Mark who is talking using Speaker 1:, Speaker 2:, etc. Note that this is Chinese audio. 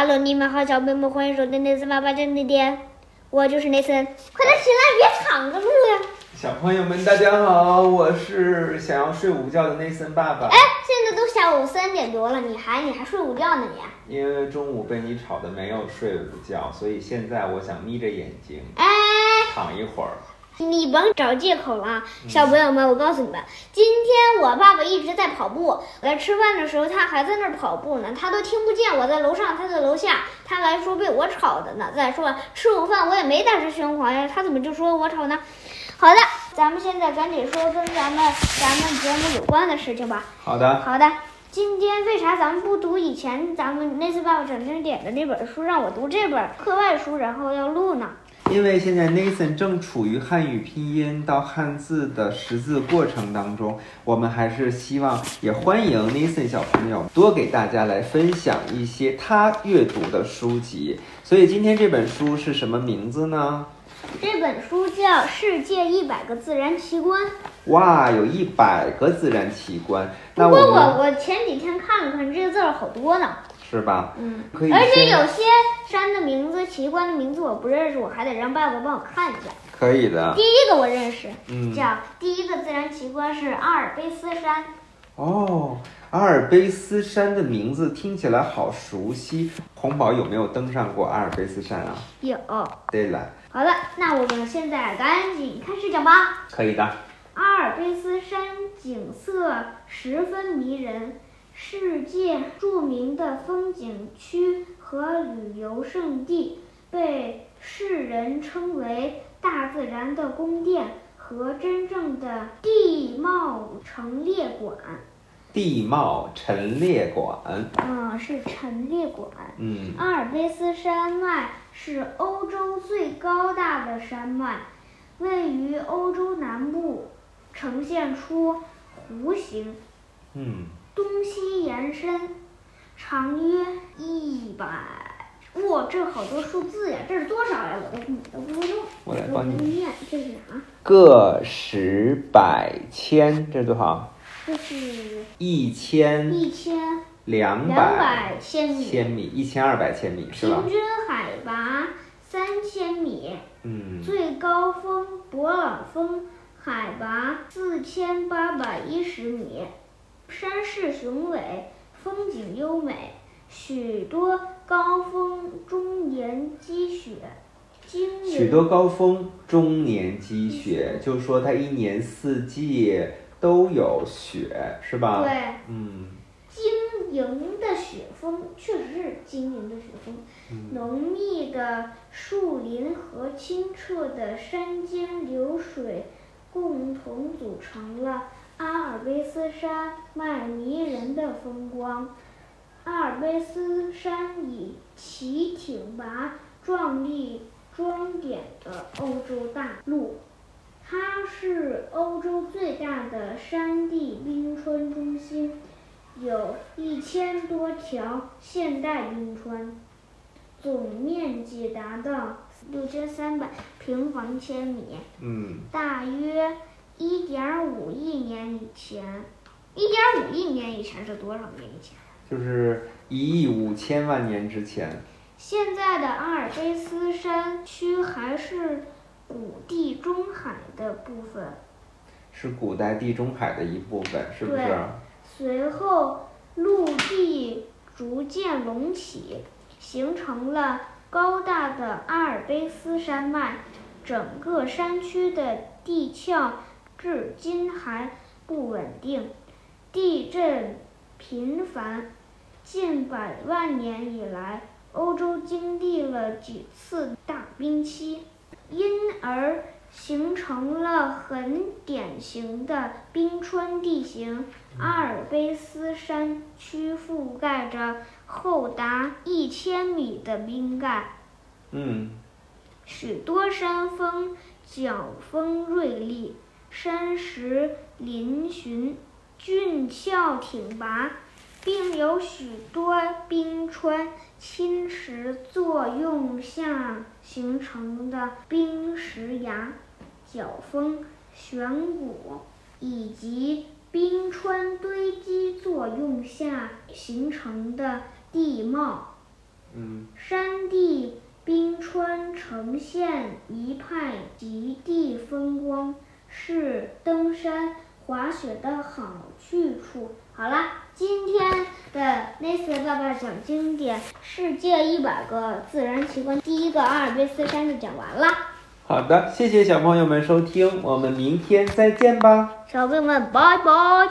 Speaker 1: Hello，你们好，小朋友们，欢迎收听内森爸爸讲地点，我就是内森。快点起来，别躺着录呀！
Speaker 2: 小朋友们，大家好，我是想要睡午觉的内森爸爸
Speaker 1: 哎，，现在都下午三点多了，你还你还睡午觉呢你？啊
Speaker 2: 因为中午被你吵得没有睡午觉，所以现在我想眯着眼睛
Speaker 1: 哎，
Speaker 2: 躺一会儿。
Speaker 1: 你甭找借口了啊，小朋友们，我告诉你们，今天我爸爸一直在跑步，我在吃饭的时候他还在那儿跑步呢，他都听不见我在楼上，他在楼下，他还说被我吵的呢。再说吃午饭我也没大声喧哗呀，他怎么就说我吵呢？好的，咱们现在赶紧说跟咱们咱们节目有关的事情吧。
Speaker 2: 好的，
Speaker 1: 好的，今天为啥咱们不读以前咱们那次爸爸讲经典的那本书，让我读这本课外书，然后要录呢？
Speaker 2: 因为现在 Nathan 正处于汉语拼音到汉字的识字过程当中，我们还是希望也欢迎 Nathan 小朋友多给大家来分享一些他阅读的书籍。所以今天这本书是什么名字呢？
Speaker 1: 这本书叫《世界一百个自然奇观》。
Speaker 2: 哇，有一百个自然奇观。那
Speaker 1: 不过
Speaker 2: 我们
Speaker 1: 我我前几天看了看，这个字儿好多呢。
Speaker 2: 是吧？
Speaker 1: 嗯，
Speaker 2: 可以
Speaker 1: 而且
Speaker 2: 先
Speaker 1: 有些山的名字、奇观的名字我不认识，我还得让爸爸帮我看一下。
Speaker 2: 可以的
Speaker 1: 第，一个我认识，
Speaker 2: 啊嗯，
Speaker 1: 叫第一个自然奇观是阿尔卑斯山。
Speaker 2: 哦，阿尔卑斯山的名字听起来好熟悉。红宝有没有登上过阿尔卑斯山啊？
Speaker 1: 有，
Speaker 2: 对了，
Speaker 1: 好了，那我们现在赶紧开始讲吧。
Speaker 2: 可以的。
Speaker 1: 阿尔卑斯山景色十分迷人，世界著名的风景区和旅游胜地，被世人称为大自然的宫殿和真正的地貌陈列馆。
Speaker 2: 地貌陈列馆，
Speaker 1: 嗯，是陈列馆。
Speaker 2: 嗯，
Speaker 1: 阿尔卑斯山脉是欧洲最高大的山脉，位于欧洲南部，呈现出弧形，
Speaker 2: 嗯，
Speaker 1: 东西延伸，长约一百。哇，这好多数字呀！这是多少呀？我都我都不会弄，
Speaker 2: 我来
Speaker 1: 我
Speaker 2: 帮
Speaker 1: 不会
Speaker 2: 你。
Speaker 1: 念。这是啥？
Speaker 2: 个十百千，这是多少？
Speaker 1: 这是
Speaker 2: 一千
Speaker 1: 一千
Speaker 2: 嗯两
Speaker 1: 两
Speaker 2: 百
Speaker 1: 百千米，
Speaker 2: 千米，一千二百千米是吧
Speaker 1: 平？均海拔三千米。
Speaker 2: 嗯，
Speaker 1: 最高峰勃朗峰海拔四千八百一十米，山势雄伟，风景优美，许多高峰终年积雪，惊人
Speaker 2: 许多高峰终年积雪，就说它一年四季都有雪，是吧？
Speaker 1: 对
Speaker 2: 嗯，
Speaker 1: 晶莹的雪峰，确实是晶莹的雪峰，
Speaker 2: 嗯
Speaker 1: 浓密的树林和清澈的山间流水共同组成了阿尔卑斯山脉迷人的风光。阿尔卑斯山以其挺拔壮丽装点的欧洲大陆。它是欧洲最大的山地冰川中心，有一千多条现代冰川，总面积达到六千三百平方千米，
Speaker 2: 嗯，
Speaker 1: 大约一点五亿年以前。一点五亿年以前是多少年以前？
Speaker 2: 就是一亿五千万年之前，
Speaker 1: 现在的阿尔卑斯山区还是古地中海的部分。
Speaker 2: 是古代地中海的一部分，是不是？
Speaker 1: 对随后，陆地逐渐隆起，形成了高大的阿尔卑斯山脉。整个山区的地壳至今还不稳定，地震频繁。近百万年以来，欧洲经历了几次大冰期，因而形成了很典型的冰川地形。阿尔卑斯山区覆盖着厚达一千米的冰盖，
Speaker 2: 嗯，
Speaker 1: 许多山峰角峰锐利，山石嶙峋，峻峭挺拔，并有许多冰川侵蚀作用下形成的冰石崖、角峰、悬谷，以及冰川堆积作用下形成的地貌。
Speaker 2: 嗯
Speaker 1: 山地冰川呈现一派极地风光，是登山滑雪的好去处。好啦，今天的 Nathan 爸爸讲经典《世界一百个自然奇观》第一个阿尔卑斯山就讲完啦，
Speaker 2: 好的，谢谢小朋友们收听，我们明天再见吧。
Speaker 1: 小朋友们，拜拜。